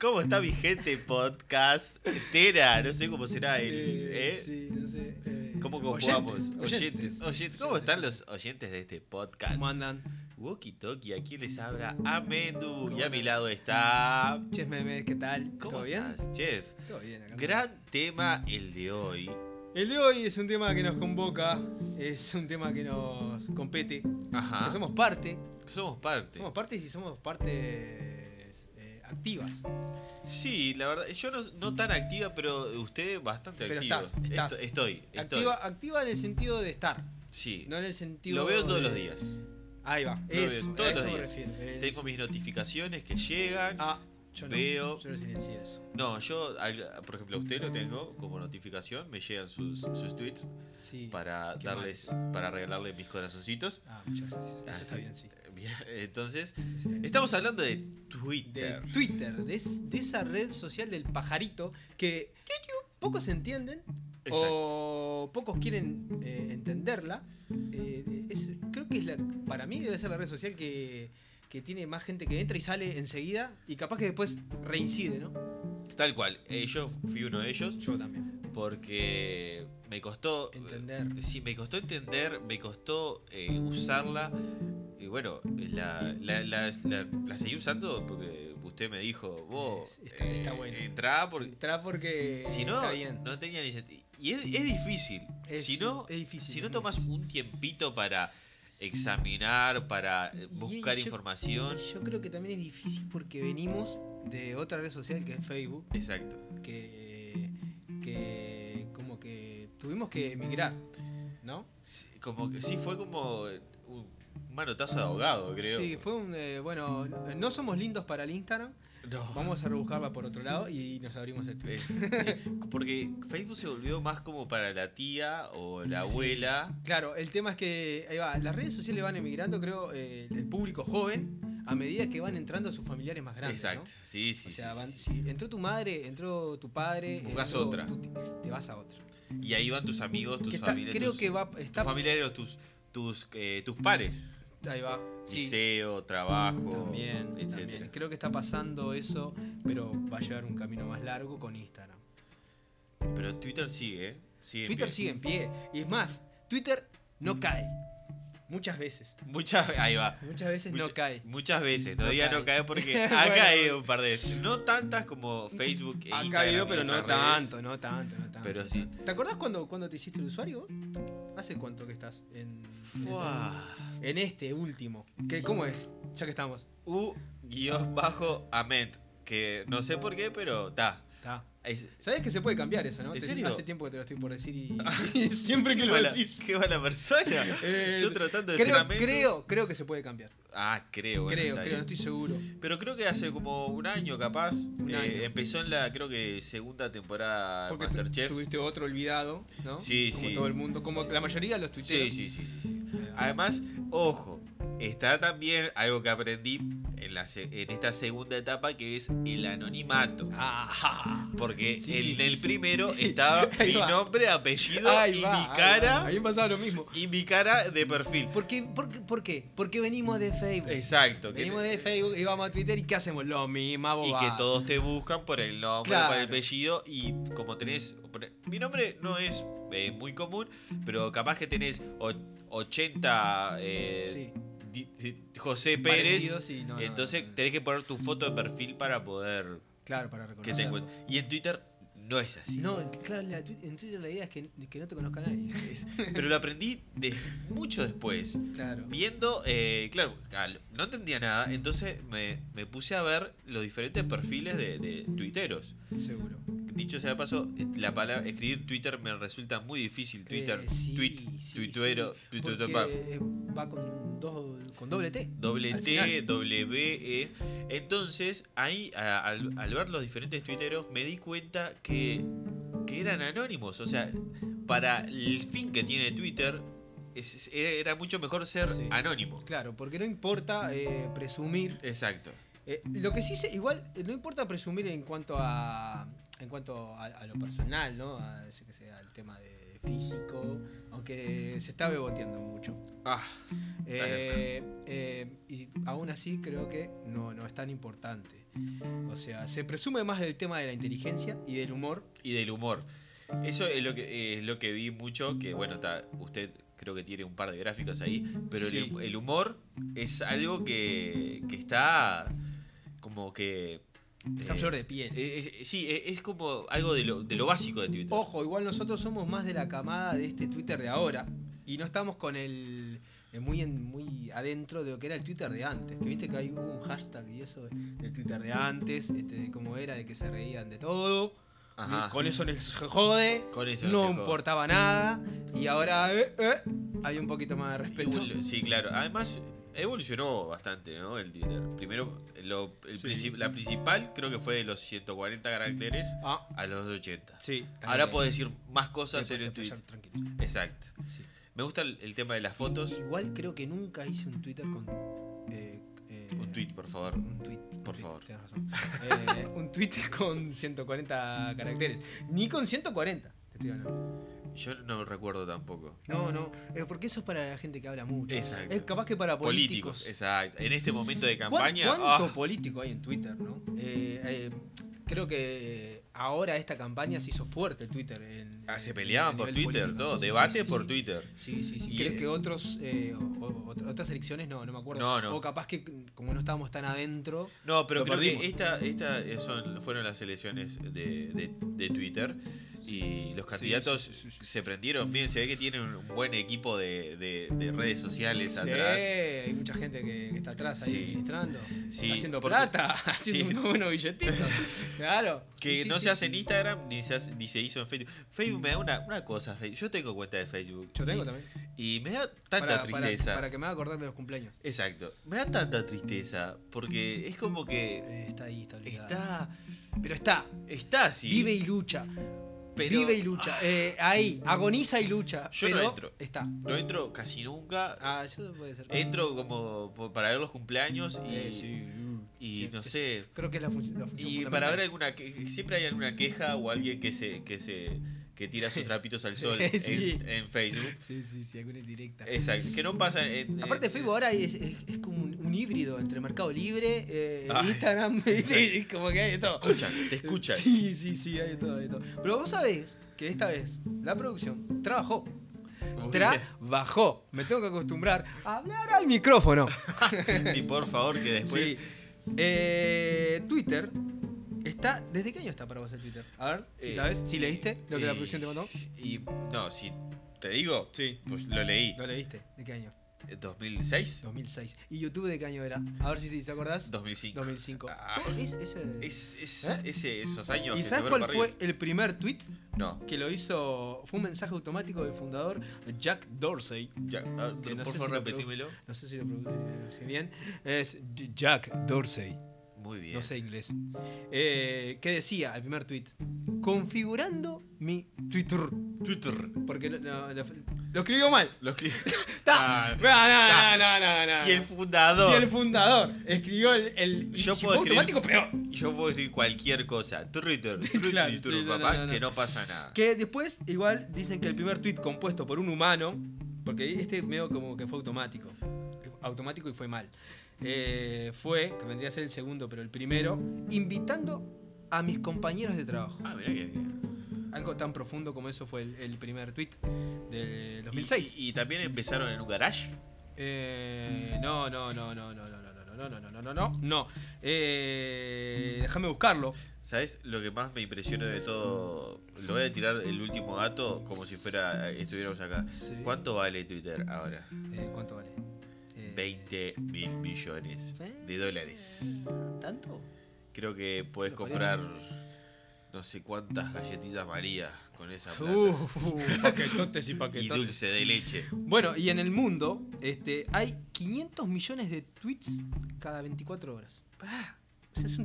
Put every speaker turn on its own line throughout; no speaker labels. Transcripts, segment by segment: ¿Cómo está vigente podcast? Tera, no sé cómo será el.
Eh,
¿eh?
Sí, no sé. eh,
¿Cómo
oyentes,
conjugamos? Oyentes.
oyentes.
oyentes. ¿Cómo están los oyentes de este podcast?
¿Cómo andan?
Walkie Talkie, aquí les habla Amendu. Y
¿Cómo
a mi
andan?
lado está.
Ches memes, ¿qué tal?
¿Cómo
¿Todo bien?
estás, Chef?
Todo bien acá.
Gran tema el de hoy.
El de hoy es un tema que nos convoca, es un tema que nos compete,
Ajá.
que somos parte,
Somos parte.
somos partes y somos partes eh, activas.
Sí, la verdad. Yo no, no tan activa, pero usted bastante
Pero
activa.
estás, estás.
Esto- Estoy, estoy.
Activa, activa en el sentido de estar,
Sí.
no en el sentido
Lo veo todos
de-
los días.
Ahí va,
veo
eso,
todos
a eso
los
me
días.
refiero. el-
Tengo mis notificaciones que llegan.
Ah, yo no,
veo-
yo no silencié eso.
No, yo, al- por ejemplo, a usted
Mm.
lo tengo como notificación, me llegan sus, sus tweets
Sí.
para
qué
darles, para regalarle mis corazoncitos.
Ah, muchas gracias.
Ah,
Eso está
sí.
bien, sí.
Bien, Entonces,
Eso está bien.
estamos hablando de
de
Twitter.
Twitter, de, es- de esa red social del pajarito que
Mm.
pocos entienden o pocos quieren eh, entenderla. Eh, de- es- creo que es la, para mí debe ser la red social que, que tiene más gente que entra y sale enseguida y capaz que después reincide, ¿no?
Tal cual, eh, yo fui uno de ellos
Yo también.
porque me costó... eh,
Entender.
Sí, me costó entender, me costó eh, usarla. Y bueno, eh, la, la, la- la- la seguí usando porque usted me dijo, vos, eh,
Es- está- está bueno.
entrá porque
Entra porque
Si no,
Eh, está bien.
no tenía ni sentido. Y es, es difícil.
Es-
si no,
es difícil,
si no
es
tomas un tiempito para examinar, para eh,
Y- y
buscar
yo-
información.
Yo creo que también es difícil porque venimos de otra red social que es Facebook.
Exacto.
que, que como que tuvimos que emigrar, ¿no?
Sí, Como que sí fue como un manotazo de ahogado, creo.
Sí, fue un, eh, bueno, no somos lindos para el Instagram,
No.
vamos a rebuscarla por otro lado y nos abrimos el
Eh,
Twitter.
sí, porque Facebook se volvió más como para la tía o la
Sí.
abuela.
Claro, el tema es que, ahí va, las redes sociales van emigrando, creo, eh, el público joven, a medida que van entrando sus familiares más grandes,
Exacto.
¿no?
Sí, sí. sí,
o sea,
sí,
van-
sí.
si entró tu madre, entró tu padre,
Buscas
entró
otra.
tu ti- te vas a otra.
Y ahí van tus amigos, tus
Que está-
familiares.
creo
tus,
que va, está,
tus familiares o tus, tus, eh, tus pares.
ahí va, sí.
Liceo, trabajo,
También,
etcétera.
también. Creo que está pasando eso, pero va a llevar un camino más largo con Instagram.
Pero Twitter sigue, ¿eh? sigue en
Twitter
pie.
sigue en pie. Y es más, Twitter
Mm.
no cae. Muchas veces.
Muchas, ahí va.
Muchas veces
Mucha-
no cae.
Muchas veces, no,
No
diga
cae.
no cae porque ha
Bueno.
caído un par de veces. No tantas como Facebook e
Ha
Instagram
caído,
y
pero no
otras
tanto,
redes.
no tanto, no tanto.
Pero sí.
¿Te acordás cuando, cuando te hiciste el usuario? ¿Hace cuánto que estás en, este
Fua.
en este último? ¿Qué, ¿Cómo es? Ya que estamos.
U guión bajo Ament, que no sé por qué, pero está.
Está.
Es-
¿Sabés que se puede cambiar eso, no?
¿En
Te-
serio?
Hace tiempo que te lo estoy por decir y, y siempre que
qué
lo
mala-
decís.
Qué mala persona.
Eh,
Yo tratando de ser
Creo,
Ament.
creo, creo que se puede cambiar.
Ah, creo. bueno,
creo,
está
creo, no
bien.
estoy seguro.
Pero creo que hace como un año capaz. eh,
año.
Empezó en la, creo que, segunda temporada de
Porque tu-
Ah, Masterchef.
tuviste otro olvidado, ¿no?
Sí,
como
sí.
todo el mundo, como la mayoría de los
Sí,
tuiteros. Eh,
sí, sí, sí, sí. Además, ojo, está también algo que aprendí en, la, se- en esta segunda etapa que es el anonimato.
ah, Ajá.
Porque
Sí,
en
sí, sí,
el
sí.
primero estaba
Ahí
mi
va.
nombre, apellido
Ahí
y
va, ahí
mi
va.
cara
A mí me pasaba lo mismo.
y mi cara de perfil.
¿Por qué, por, qué, por qué? Porque venimos de Facebook.
Exacto. que-
Venimos de Facebook y vamos a Twitter y ¿qué hacemos? Lo mismo,
y que todos te buscan por el nombre, por el
Claro.
apellido y como tenés... Mi nombre no es eh, muy común, pero capaz que tenés o- 80... eh,
Sí.
di- di- José Pérez,
Parecidos y no, no,
Entonces
no, no.
tenés que poner tu foto de perfil para poder
Claro, para
que
reconocer.
te encuentren. Y en Twitter no es así.
No, claro, la tu- en Twitter la idea es que, que no te conozca nadie.
Pero lo aprendí de mucho después.
claro.
Viendo, eh, claro, al- no entendía nada, entonces me, me puse a ver los diferentes perfiles de, de tuiteros.
Seguro.
Dicho sea de paso, eh, la palabra escribir Twitter me resulta muy difícil. Twitter,
Eh, sí,
tweet,
sí,
tuituero,
sí,
tuituero,
porque
pa-
va con, dos, con doble T.
Doble
Al
T, W, E. Entonces, ahí, a- al, al ver los diferentes tuiteros, me di cuenta que, que eran anónimos. O sea, para el fin que tiene Twitter, es- es- era- era mucho mejor ser
Sí.
anónimo.
Claro, porque no importa eh, presumir.
Exacto.
Eh, lo que sí se, igual, eh, no importa presumir en cuanto a en cuanto a, a lo personal, ¿no? A ese que sea el tema de físico, aunque se está beboteando mucho.
Ah,
Eh, eh, y aún así creo que no, no es tan importante. O sea, se presume más del tema de la inteligencia y del humor.
Y del humor. Eso es lo que, es lo que vi mucho, que bueno, está, usted creo que tiene un par de gráficos ahí, pero
Sí.
el, el humor es algo que, que está como que...
Esta
eh,
flor de piel.
eh, eh, sí, eh, es como algo de lo, de lo básico de Twitter.
Ojo, igual nosotros somos más de la camada de este Twitter de ahora y no estamos con el eh, muy en- muy adentro de lo que era el Twitter de antes, que viste que hay hubo un hashtag y eso de- del Twitter de antes, este de cómo era, de que se reían de todo,
Ajá.
y con eso no se jode,
Con eso
no
se jode.
importaba nada y ahora eh, eh, hay un poquito más de respeto.
Evolu- Sí, claro. Además, evolucionó bastante, ¿no? El Twitter. Primero, lo- el
Sí.
princip- la principal creo que fue de los 140 caracteres
Ah,
a los 80.
sí.
Ahora
eh,
podés decir más cosas
después
en el
se puede
Twitter.
usar tranquilo,
Exacto.
sí.
Me gusta el, el tema de las fotos.
Igual creo que nunca hice un Twitter con eh, eh,
Un tweet, por favor.
Un tweet. un
Por
tweet,
favor.
tenés razón. Eh, un tweet con 140 caracteres. Ni con 140, te estoy hablando.
Yo no recuerdo tampoco.
No, no. eh, porque eso es para la gente que habla mucho.
Exacto.
Es capaz que para políticos.
Políticos. Exacto. En este momento de
¿Cuán-
campaña.
¿Cuánto
ah,
político hay en Twitter, no? Eh, eh, creo que ahora esta campaña se hizo fuerte Twitter. en-
ah, se
en-
peleaban
a
por
nivel
Twitter,
político.
todo.
Sí,
Debate
sí, sí,
por
sí.
Twitter.
Sí, sí, sí.
Y,
Creo
eh,
que otros, eh, o- o- otra- otras elecciones no, no me acuerdo.
No, no.
O capaz que como no estábamos tan adentro.
No, pero
Lo
creo que
perdimos.
esta, esta eh, son, fueron las elecciones de, de- de Twitter y los candidatos
sí, sí, sí, sí.
se prendieron bien. Se ve que tienen un buen equipo de, de- de redes sociales
Sí,
atrás.
hay mucha gente que, que está atrás ahí
Sí.
administrando,
Sí,
haciendo
porque-
plata, haciendo unos buenos billetitos. Claro.
Que
Sí, sí,
no
sí.
se hace en Instagram ni se, hace- ni se hizo en Facebook. Facebook me da una, una cosa. Fe- Yo tengo cuenta de Facebook.
Yo tengo
y-
también.
Y me da tanta
Para, para-
tristeza.
para que me haga acordar de los cumpleaños.
Exacto. Me da tanta tristeza porque es como que
Eh, está ahí, está olvidada.
está.
Pero está.
Está así.
Vive y lucha.
pero- ah.
Vive y lucha. Eh, ahí, agoniza y lucha.
Yo no
pero
entro.
Está.
No entro casi nunca.
Ah, eso puede ser.
Entro como po- para ver los cumpleaños y,
Eh, sí,
y
sí,
no
es-
sé.
Creo que es la, función- la función
Y
fundamental.
para ver alguna que- siempre hay alguna queja o alguien que se que se que tira sus trapitos al
sí,
sol en-
sí.
en, Facebook.
Sí, sí, sí, alguna indirecta.
Exacto, que no pasa en, en-
Aparte Facebook ahora es, es- es como un, un híbrido entre Mercado Libre, eh,
Ay.
Instagram, es como que hay de todo.
te escuchan, te escuchan.
Sí, sí, sí, hay de todo, hay de todo. Pero vos sabés que esta vez la producción trabajó.
Uy,
Trabajó. Me tengo que acostumbrar a hablar al micrófono.
sí, por favor, que después
Sí. Eh, Twitter está. ¿Desde qué año está para vos el Twitter? A ver, si
eh,
sabés, si leíste lo que la
y-
producción te mandó.
Y no, si te digo,
Sí.
pues lo leí.
¿Lo leíste? ¿De qué año?
¿En 2006,
2006. ¿Y YouTube de qué año era? A ver si si te acordás.
2005.
2005.
Ah.
Todo es- es, eh,
Es, es,
¿Eh?
ese- esos años
¿Y
que se
sabes
fueron
cuál
para
fue
arriba.
el primer tweet
No,
que lo hizo? Fue un mensaje automático del fundador Jack Dorsey.
ya, ah,
Que no
por
sé
favor,
si lo
repetímelo.
No sé si lo pronuncié bien. Es J- Jack Dorsey.
Muy bien.
No sé inglés. Eh, ¿Qué decía el primer tweet? Configurando mi Twitter.
Twitter.
Porque lo, lo- lo- lo escribió mal.
Los cli-
¡Ta!
Ah,
No, no, no, no, Ah, no, no.
si el fundador.
Si el fundador escribió el, el
Yo
si
puedo
fue
escribir-
automático, peor.
Yo puedo escribir cualquier cosa. Twitter, Twitter,
Claro,
Twitter,
sí, no,
papá,
no, no, no.
que no pasa nada.
Que después, igual, dicen que el primer tweet compuesto por un humano, porque este medio como que fue automático, automático y fue mal, eh, fue, que vendría a ser el segundo, pero el primero, invitando a mis compañeros de trabajo.
Ah, mirá que bien.
Algo tan profundo como eso fue el, el primer tweet del
Y-
2006.
Y, y también empezaron en un garage.
Eh, no, no, no, no, no, no, no, no, no, no, no, no, no, no, no. Eh, déjame buscarlo.
¿Sabes lo que más me impresionó de todo? Lo voy a tirar el último dato como si fuera eh, estuviéramos acá.
Sí.
¿Cuánto vale Twitter ahora?
Eh, ¿Cuánto vale? Eh,
20 mil millones de dólares.
¿Tanto?
Creo que puedes
Me
comprar no sé cuántas galletitas María con esa plata.
Uh, paquetotes y
y
paquetotes.
dulce de leche.
Bueno, y en el mundo este, hay 500 millones de tweets cada 24 horas. O sea, es un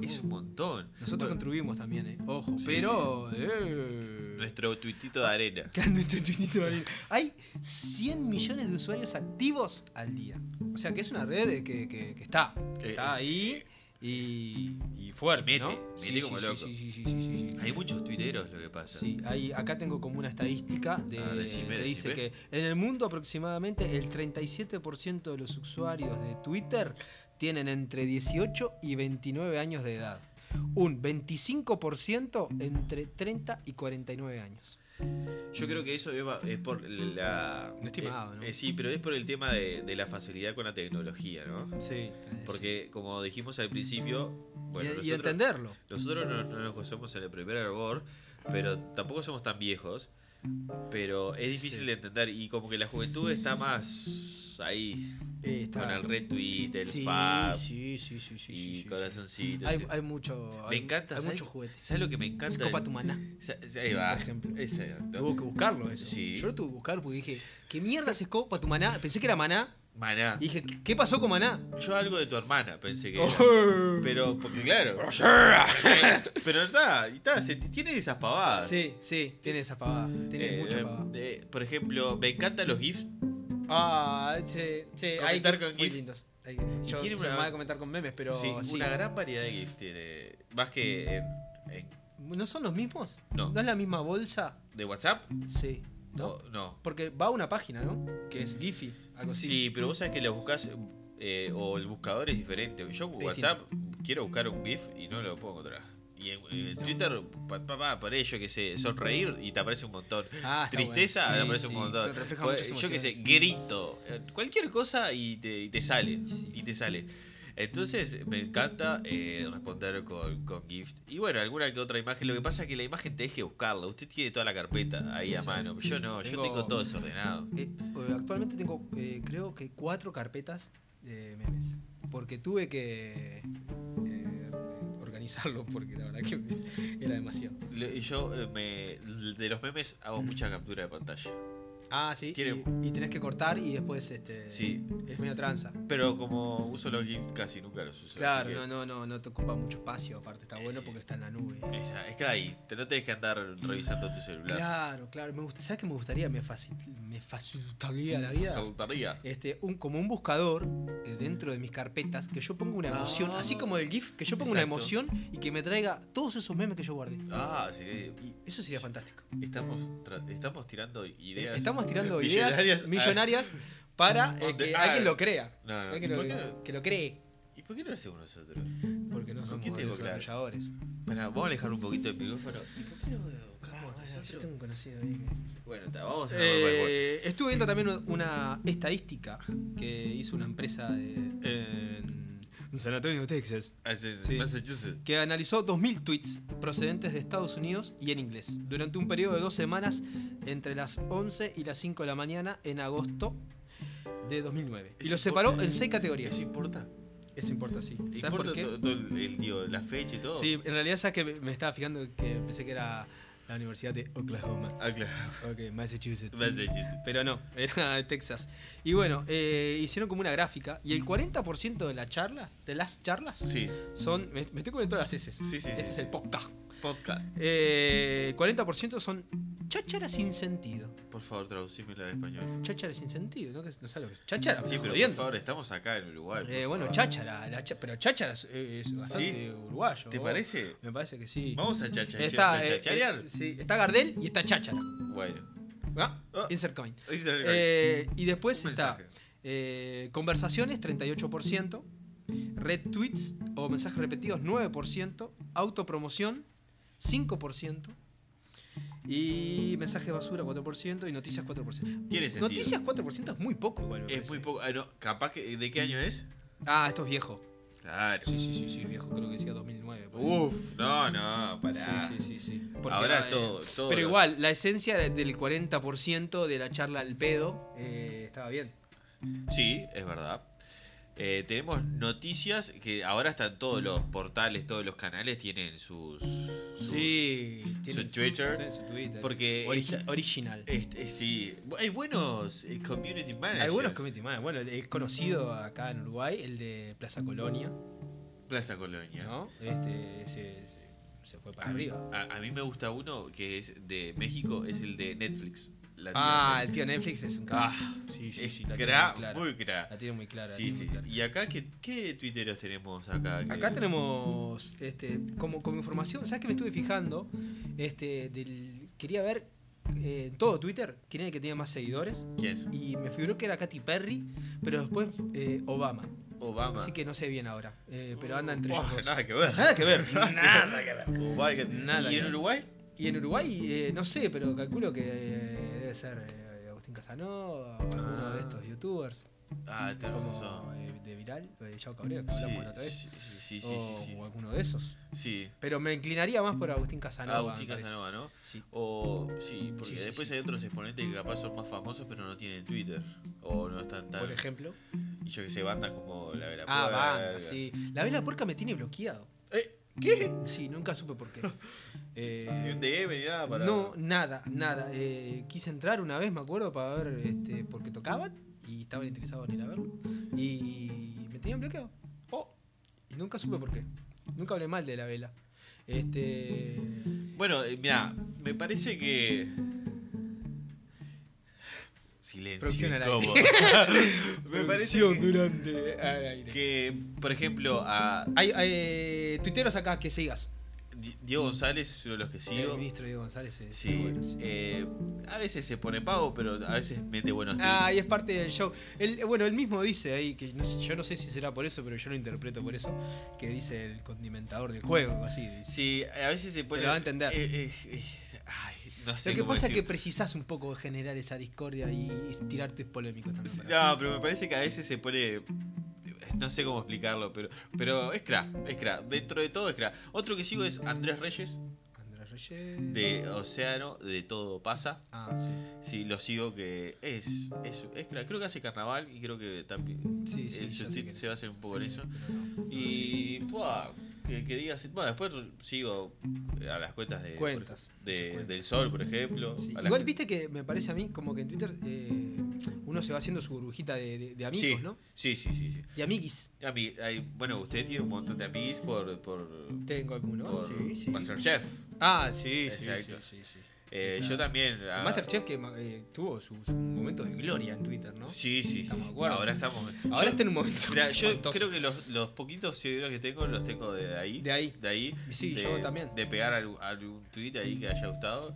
Es
vos.
un montón.
Nosotros
Bueno,
contribuimos también, ¿eh? Ojo,
Sí,
pero... eh,
Nuestro tuitito de arena.
que ande tu tuitito de arena. Hay 100 millones de usuarios activos al día. O sea, que es una red de que, que- que está. que
Eh,
está ahí. Y y, y fuerte,
Mete,
¿no?
mete como loco.
Sí, sí, sí, sí, sí, sí.
Hay muchos tuiteros lo que pasa.
Sí, ahí- acá tengo como una estadística de,
Ah, decime,
que dice
decime.
que en el mundo aproximadamente el 37% de los usuarios de Twitter tienen entre 18 y 29 años de edad. Un 25% entre 30 y 49 años.
Yo creo que eso Eva, es por la.
Un estimado,
eh,
¿no?
eh, sí, pero es por el tema de, de la facilidad con la tecnología, ¿no?
Sí.
Porque, como dijimos al principio. Bueno,
Eh, y, y
nosotros,
entenderlo.
nosotros no, no nos gozamos en el primer hervor, pero tampoco somos tan viejos. Pero es
Sí.
difícil de entender y como que la juventud está más ahí,
Eh, está-
con el retweet, el
sí,
fab
sí, sí, sí, sí,
y
sí, sí, sí.
corazoncitos.
Hay,
sí.
hay mucho.
Me
hay-
encanta.
Hay
¿sabes?
mucho juguete.
¿Sabes lo que me encanta?
Es copa tu maná.
Sa- sa- Ahí va.
Por ejemplo.
Exacto.
Tuvo que buscarlo eso.
Sí.
Yo lo tuve que buscar porque dije, ¿qué mierda es Copa tu maná? Pensé que era maná.
Maná.
Y dije, "¿Qué- ¿qué pasó con maná?
Yo algo de tu hermana pensé que. era.
Oh.
Pero, porque claro. pero está, y está, se- tiene esas pavadas.
Sí, sí, tiene esa pavada. Tiene
Eh,
mucha pavada.
eh, por ejemplo, me encantan los GIFs.
Ah, sí, sí. Hay
Comentar
GIF
con
muy
GIF.
lindos. Hay- Yo
tiene
soy
una-
más de comentar con memes, pero
sí,
sí,
Una gran variedad de GIFs tiene. Más que en- en-
¿No son los mismos?
No.
¿No es la misma bolsa?
de WhatsApp.
Sí. ¿No?
O- no.
Porque va a una página, ¿no? Que es Giphy, algo así.
Sí, pero vos sabés que lo buscás eh, o el buscador es diferente. Yo
distinto.
WhatsApp quiero buscar un GIF y no lo puedo encontrar. Y en, en Twitter, pa, pa, pa, por ello que sé, sonreír y te aparece un montón.
Ah, está
Tristeza,
bueno. Sí,
te aparece
sí,
un montón.
se refleja
Pues,
muchas
yo que sé,
emociones.
grito, eh, cualquier cosa y te, y te sale.
Sí.
Y te sale. Entonces me encanta eh, responder con, con gift. Y bueno, alguna que otra imagen. Lo que pasa es que la imagen tenés que buscarla. Usted tiene toda la carpeta ahí a
Sí.
mano. Yo no, yo
Tengo-
tengo todo desordenado.
Eh, eh, actualmente tengo, eh, creo que cuatro carpetas de memes. Porque tuve que eh, organizarlo, porque la verdad que me- era demasiado.
Lo- y Yo eh, me, de los memes hago mucha captura de pantalla.
Ah, sí.
Tiene-
Y, y tenés que cortar y después este,
Sí.
es medio tranza.
Pero como uso los GIFs casi nunca los uso.
Claro,
así que-
no, no, no, no te ocupa mucho espacio, aparte está
Eh,
bueno
sí.
porque está en la nube.
Esa- Es que ahí, te, no tenés que andar revisando tu celular.
Claro, claro. Me gust- ¿Sabes qué me gustaría? Me, facil- me facilitaría la vida.
Saltaría.
Este, un, como un buscador eh, dentro de mis carpetas, que yo ponga una emoción,
Ah.
así como el GIF, que yo ponga una
Exacto.
emoción y que me traiga todos esos memes que yo guardé.
Ah, sí.
Y eso sería fantástico. Eh,
Estamos, tra- estamos tirando ideas.
Estamos tirando ideas millonarias para eh,
On the
que alguien
air.
lo crea.
No, no,
Alguien lo-
Ah. ¿por qué no?
que lo cree.
¿Y por qué no lo hacemos nosotros?
Porque no
¿Con
somos
quién tengo que hablar?
desarrolladores.
Pará, vamos a alejar un poquito el micrófono. ¿Y por qué no lo
Ah,
buscamos
bueno, yo
nosotros?
tengo un conocido ahí que-
Ah, Bueno, está, vamos a
Eh, estuve viendo también una estadística que hizo una empresa de- en San Antonio, Texas, sí.
Massachusetts.
que analizó 2.000 tweets procedentes de Estados Unidos y en inglés durante un periodo de dos semanas entre las 11 y las 5 de la mañana en agosto de 2009. Y
Es
los separó
impor-
en seis categorías.
Eso importa.
Eso importa, sí. ¿Sabes por
Importa
qué?
todo, todo el, el- digo, la fecha y todo.
Sí, en realidad sabes que me- me estaba fijando que pensé que era la Universidad de Oklahoma.
Ah, claro.
Ok, Massachusetts.
Massachusetts.
Pero no, era de Texas. Y bueno, eh, hicieron como una gráfica y el 40% de la charla, de las charlas,
Sí,
son. Me, me estoy comiendo todas las S.
Sí, sí,
este
sí,
es
sí.
el podcast.
podcast.
Eh, 40% son chácharas sin sentido.
Por favor, traducímelo al español.
Chácharas sin sentido, ¿no? Que No sé lo que es. Cháchara,
Sí,
me
pero por
jodiendo.
favor, estamos acá en Uruguay. por
Eh, bueno,
favor.
cháchara, la cha- pero cháchara es, es bastante uruguayo.
¿Te
vos.
parece?
Me parece que sí.
Vamos a chacha-
Está, eh,
chacharear.
eh, sí, está Gardel y está Cháchara.
Bueno.
¿Ah?
Ah.
Insert coin.
Ahí sale el-
Eh, y después
un
está
mensaje.
eh, conversaciones, 38%, retweets o mensajes repetidos, 9%, autopromoción, 5%, y mensajes basura, 4%, y noticias, 4%.
Tiene sentido.
Noticias, 4% es muy poco, igual, me
Es
parece.
muy poco. Ah, no, capaz que. ¿De qué año es?
Ah, esto es viejo.
Claro.
Sí, sí, sí, sí, viejo, creo que decía 2009. por ahí.
Uf, no, no, pará.
Sí, sí, sí, sí. Porque
Ahora
va, eh,
todo, todo.
Pero
lo-
igual, la esencia del 40% de la charla al pedo eh, estaba bien.
Sí, es verdad. Eh, tenemos noticias que ahora están todos los portales, todos los canales tienen sus. sus-
Sí, tienen
su Twitter.
sí, su Twitter.
Porque.
Origi-
esta-
original.
este, sí. Hay buenos eh, community managers.
Hay buenos community managers. Bueno, es conocido acá en Uruguay el de Plaza Colonia,
Plaza Colonia.
¿no? Este se, se- se fue para arriba.
A, a mí me gusta uno que es de México, es el de Netflix. la
Ah, el tío Netflix es un crack.
Ah,
sí,
tiene. es
la tiene
cra,
muy clara.
muy cra.
La tiene muy clara. la
Sí,
tiene
sí,
muy
sí.
clara.
¿Y acá qué, qué tuiteros tenemos acá? Que-
Acá tenemos este, como, como información, ¿sabes que me estuve fijando? Este, del- quería ver eh, en todo Twitter quién era el que tenía más seguidores.
¿Quién?
Y me figuró que era Katy Perry, pero después eh, Obama.
Obama.
Así que no sé bien ahora. eh, pero anda entre
Oh,
ellos dos.
Ah. Nada que ver.
Nada que ver. Nada que ver.
Uruguay, que-
Nada
¿Y
que
en
ver.
Uruguay?
Y en Uruguay, eh, no sé, pero calculo que eh, debe ser eh, Agustín Casanova o alguno
Ah.
de estos youtubers.
Ah, te
como
razón.
eh, de Viral, o de Yao Cabrera, que
Sí,
hablamos la otra vez. Oh,
sí, sí, sí,
o,
sí, sí.
o alguno de esos.
Sí.
Pero me inclinaría más por Agustín Casanova.
Agustín
me parece.
Casanova, ¿no?
Sí.
O sí, porque
Sí, sí,
después
sí.
hay otros exponentes que capaz son más famosos pero no tienen Twitter. O no están tan...
Por ejemplo.
Y yo que sé, bandas como La Vera
ah,
Puerca.
banda, sí. La vela puerca me tiene bloqueado.
Eh, ¿Qué?
Sí, nunca supe por qué. Eh,
Ni un DM ni nada para...
No, nada, nada. Eh, quise entrar una vez, me acuerdo, para ver, este, porque tocaban y estaban interesados en ir a verlo. Y me tenían bloqueado. Oh, y nunca supe por qué. Nunca hablé mal de la vela. Este.
Bueno, mira, me parece que... Silencio.
Producción al
incómodo. me parece
Producción
que,
durante al aire.
que, por ejemplo, a
Hay, hay, eh, tuiteros acá que sigas.
Di- Diego González es uno de los que
El
sigo.
ministro Diego González. Mm. es
Sí,
muy bueno, sí.
eh, a veces se pone pavo, pero a veces mete buenos tweets.
Ah, y es parte del show. Él- bueno, él mismo dice ahí, que no sé- yo no sé si será por eso, pero yo lo interpreto por eso, que dice el condimentador del juego, algo así. dice.
Sí, a veces se pone.
lo va a entender.
Eh, eh, eh, ay, no sé
Lo que
cómo
pasa es que
decir.
precisás un poco de generar esa discordia y, y tirar tus polémicos también. para-
No, pero me parece que a veces se pone. No sé cómo explicarlo, pero. Pero es cra, es cra. Dentro de todo es cra. Otro que sigo es Andrés Reyes,
Andrés Reyes.
de Océano, de Todo Pasa.
Ah, sí.
Sí, lo sigo que es. Es, es cra. Creo que hace carnaval y creo que también.
Sí, sí.
el
ya sé
Justin
quién
se
es.
basa un poco
Sí,
en eso.
pero no, no lo sigo.
Y. buah, que, que digas. Bueno, después sigo a las cuentas de.
Cuentas,
de-
muchas cuentas.
Del Sol, por ejemplo.
Sí,
a las
Igual
cuentas-
viste que me parece a mí como que en Twitter eh, uno se va haciendo su burbujita de, de- de amigos,
sí,
¿no?
Sí, sí, sí. sí.
De amiguis.
Ami- hay- bueno, usted tiene un montón de amigos por, por,
Tengo algunos.
por
Sí, sí.
Masterchef.
Ah, sí, sí,
Exacto.
sí, sí, sí.
Eh,
Esa-
yo también. ah,
Masterchef que ma- eh, tuvo sus sus momentos de gloria en Twitter, ¿no?
Sí, sí, sí.
Estamos
sí.
de acuerdo.
Ahora estamos.
Ahora
yo,
está en un momento.
mirá, yo
espantoso.
creo que los, los poquitos seguidores que tengo los tengo de ahí.
De ahí.
De ahí.
Sí,
de-
yo también.
De pegar algún, algún tweet ahí que haya gustado.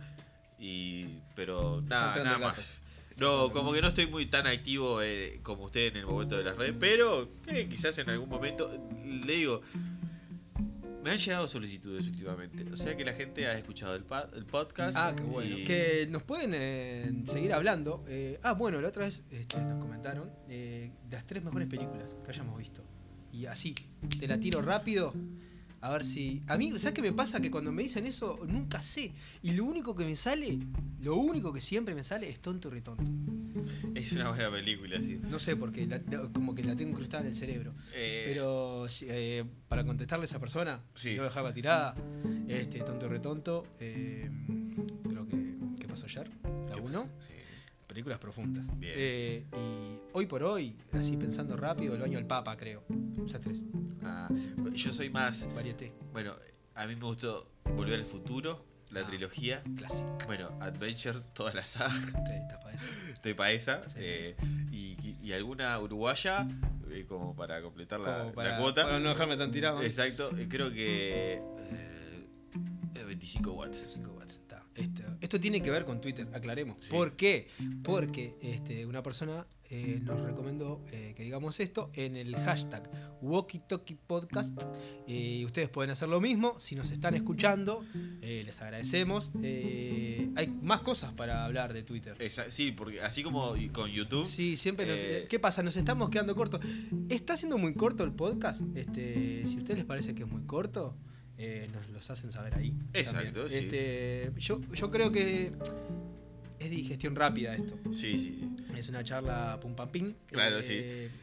Y, pero nada,
entrando
nada
el gato.
más. No, como que no estoy muy tan activo eh, como usted en el momento de las redes, pero eh, quizás en algún momento, le digo, me han llegado solicitudes últimamente. O sea que la gente ha escuchado el, pa- el podcast.
Ah, qué bueno.
y-
Que nos pueden eh, seguir hablando. Eh, ah, bueno, la otra vez este, nos comentaron eh, las tres mejores películas que hayamos visto. Y así, te la tiro rápido. A ver si. A mí, ¿sabes qué me pasa? Que cuando me dicen eso, nunca sé. Y lo único que me sale, lo único que siempre me sale es tonto y retonto.
Es una buena película, sí.
No sé por qué, la- como que la tengo incrustada en el cerebro.
Eh,
Pero sí, eh, para contestarle a esa persona,
Sí.
no dejarla tirada, este, tonto y retonto, eh, creo que, ¿qué pasó ayer? La
¿Qué
1,
sí.
películas profundas.
Bien.
Eh, y hoy por hoy, así pensando rápido, el baño del Papa, creo. Esas tres,
Ah, yo soy más.
varieté,
Bueno, a mí me gustó Volver al futuro, la
Ah.
trilogía.
clásico.
Bueno, Adventure, toda la saga.
Te- estás pa' esa.
Estoy para esa.
Sí.
eh, y, y alguna uruguaya, eh, como para completar la,
Como
la
para,
cuota.
para no dejarme tan tirado. ¿no?
Exacto, eh, creo que. eh, eh, 25 watts.
Cinco watts, está. Este- esto tiene que ver con Twitter, aclaremos.
Sí.
¿Por qué? Porque este, una persona eh, nos recomendó eh, que digamos esto en el hashtag WalkieTalkiePodcast. Eh, y ustedes pueden hacer lo mismo. Si nos están escuchando, eh, les agradecemos. Eh, hay más cosas para hablar de Twitter.
Esa- sí, porque así como y con YouTube.
Sí, siempre nos-
Eh.
¿Qué pasa? Nos estamos quedando cortos. Está siendo muy corto el podcast. Este, si a ustedes les parece que es muy corto, eh, nos los hacen saber ahí.
Exacto, sí.
Este, yo, yo creo que es digestión rápida esto.
Sí, sí, sí.
Es una charla pum pam pim.
Claro,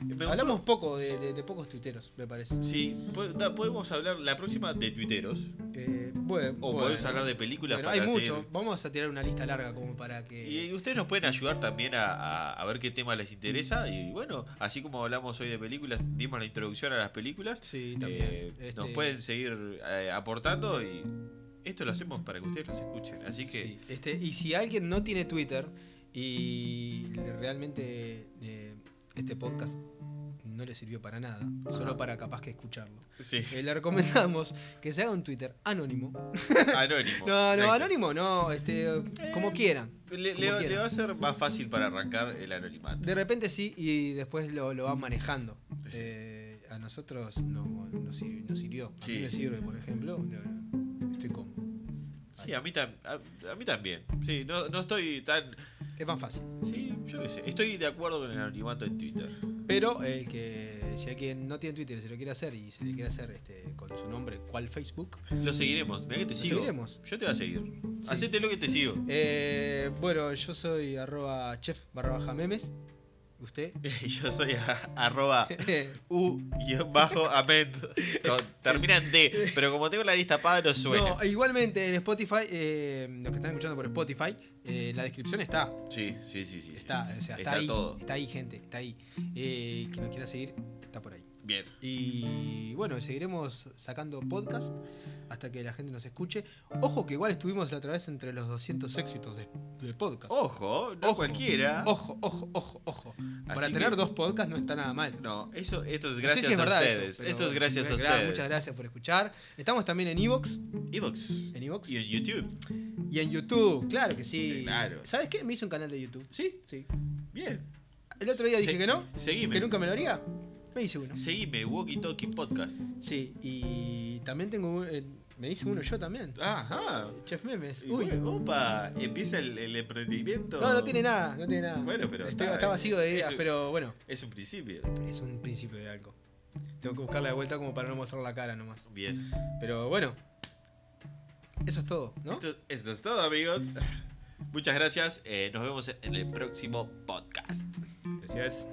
Me
Hablamos poco de, de- de pocos tuiteros, me parece.
Sí, po- da- podemos hablar la próxima de tuiteros.
Eh, bueno,
O
bueno.
podemos hablar de películas
Bueno,
para
hay
seguir-
mucho. Vamos a tirar una lista larga como para que.
Y ustedes nos pueden ayudar también a, a- a ver qué tema les interesa. Y bueno, así como hablamos hoy de películas, dimos la introducción a las películas.
Sí,
eh, Nos
Este,
pueden seguir eh, aportando y esto lo hacemos para que ustedes nos escuchen. Así que
Sí, este, y si alguien no tiene Twitter y Y realmente eh, este podcast no le sirvió para nada, solo para capaz que escucharlo.
Sí,
Eh, le recomendamos que se haga un Twitter anónimo.
Oh, anónimo.
No, no,
Exacto.
anónimo, no, este, como quieran.
Le,
como
le va-
quieran.
le va a ser más fácil para arrancar el anonimato.
De repente sí, y después lo, lo van manejando. Eh, a nosotros no, no sir- no sirvió. A
Sí,
mí me
sí.
sirve, por ejemplo. no- Estoy cómodo.
Sí, a mí, tam- a, a mí también. Sí, no, no estoy tan.
Es más fácil.
Sí, yo qué sé. Estoy de acuerdo con el anonimato en Twitter.
Pero el que, si alguien no tiene Twitter y se lo quiere hacer y se le quiere hacer este, con su nombre, cual Facebook?
Lo seguiremos. Mirá que te
Lo
sigo.
seguiremos.
Yo te voy a seguir. Hacete lo que te sigo.
Eh, bueno, yo soy arroba chef barra baja memes. ¿Usted?
Y yo soy a- arroba u guión bajo amend. Con- Termina en D. Pero como tengo la lista paga, no suena.
No, eh, e igualmente en Spotify, eh, los que están escuchando por Spotify, eh, la descripción está.
Sí, sí, sí, sí. sí.
Está, o sea, está,
Está
ahí.
todo.
Está ahí, gente, está ahí. Eh, quien nos quiera seguir, está por ahí.
Bien.
Y bueno, seguiremos sacando podcast hasta que la gente nos escuche. Ojo que igual estuvimos la otra vez entre los 200 éxitos de, de podcast.
Ojo, no
Ojo.
cualquiera.
Ojo, ojo, ojo, ojo. Para
Así
tener
que-
dos podcasts no está nada mal.
No, eso, esto es
No sé
gracias
si es
a
verdad eso,
ustedes.
pero
esto es gracias a
gra-
ustedes.
Muchas gracias por escuchar. Estamos también en Evox.
Evox.
En Evox.
Y en YouTube.
Y en YouTube, claro que sí.
Claro.
¿Sabes qué? Me hice un canal de YouTube.
Sí,
Sí.
bien.
El otro día dije
Se-
que no,
Seguime.
que nunca me lo haría. Me hice uno.
Seguime, Walkie Talkie Podcast.
Sí, y también tengo un- eh, me hice uno yo también.
Ajá.
Chef Memes.
Y
Uy.
bueno, opa, empieza el, el emprendimiento.
No, no tiene nada, no tiene nada.
Bueno, pero
Está,
está-
está vacío de
es
ideas,
un-
pero bueno,
Es un principio.
es un principio de algo. Tengo que buscarla de vuelta como para no mostrar la cara nomás.
Bien.
Pero bueno, eso es todo, ¿no?
Esto, esto es todo, amigos. Muchas gracias. eh, nos vemos en el próximo podcast.
Gracias.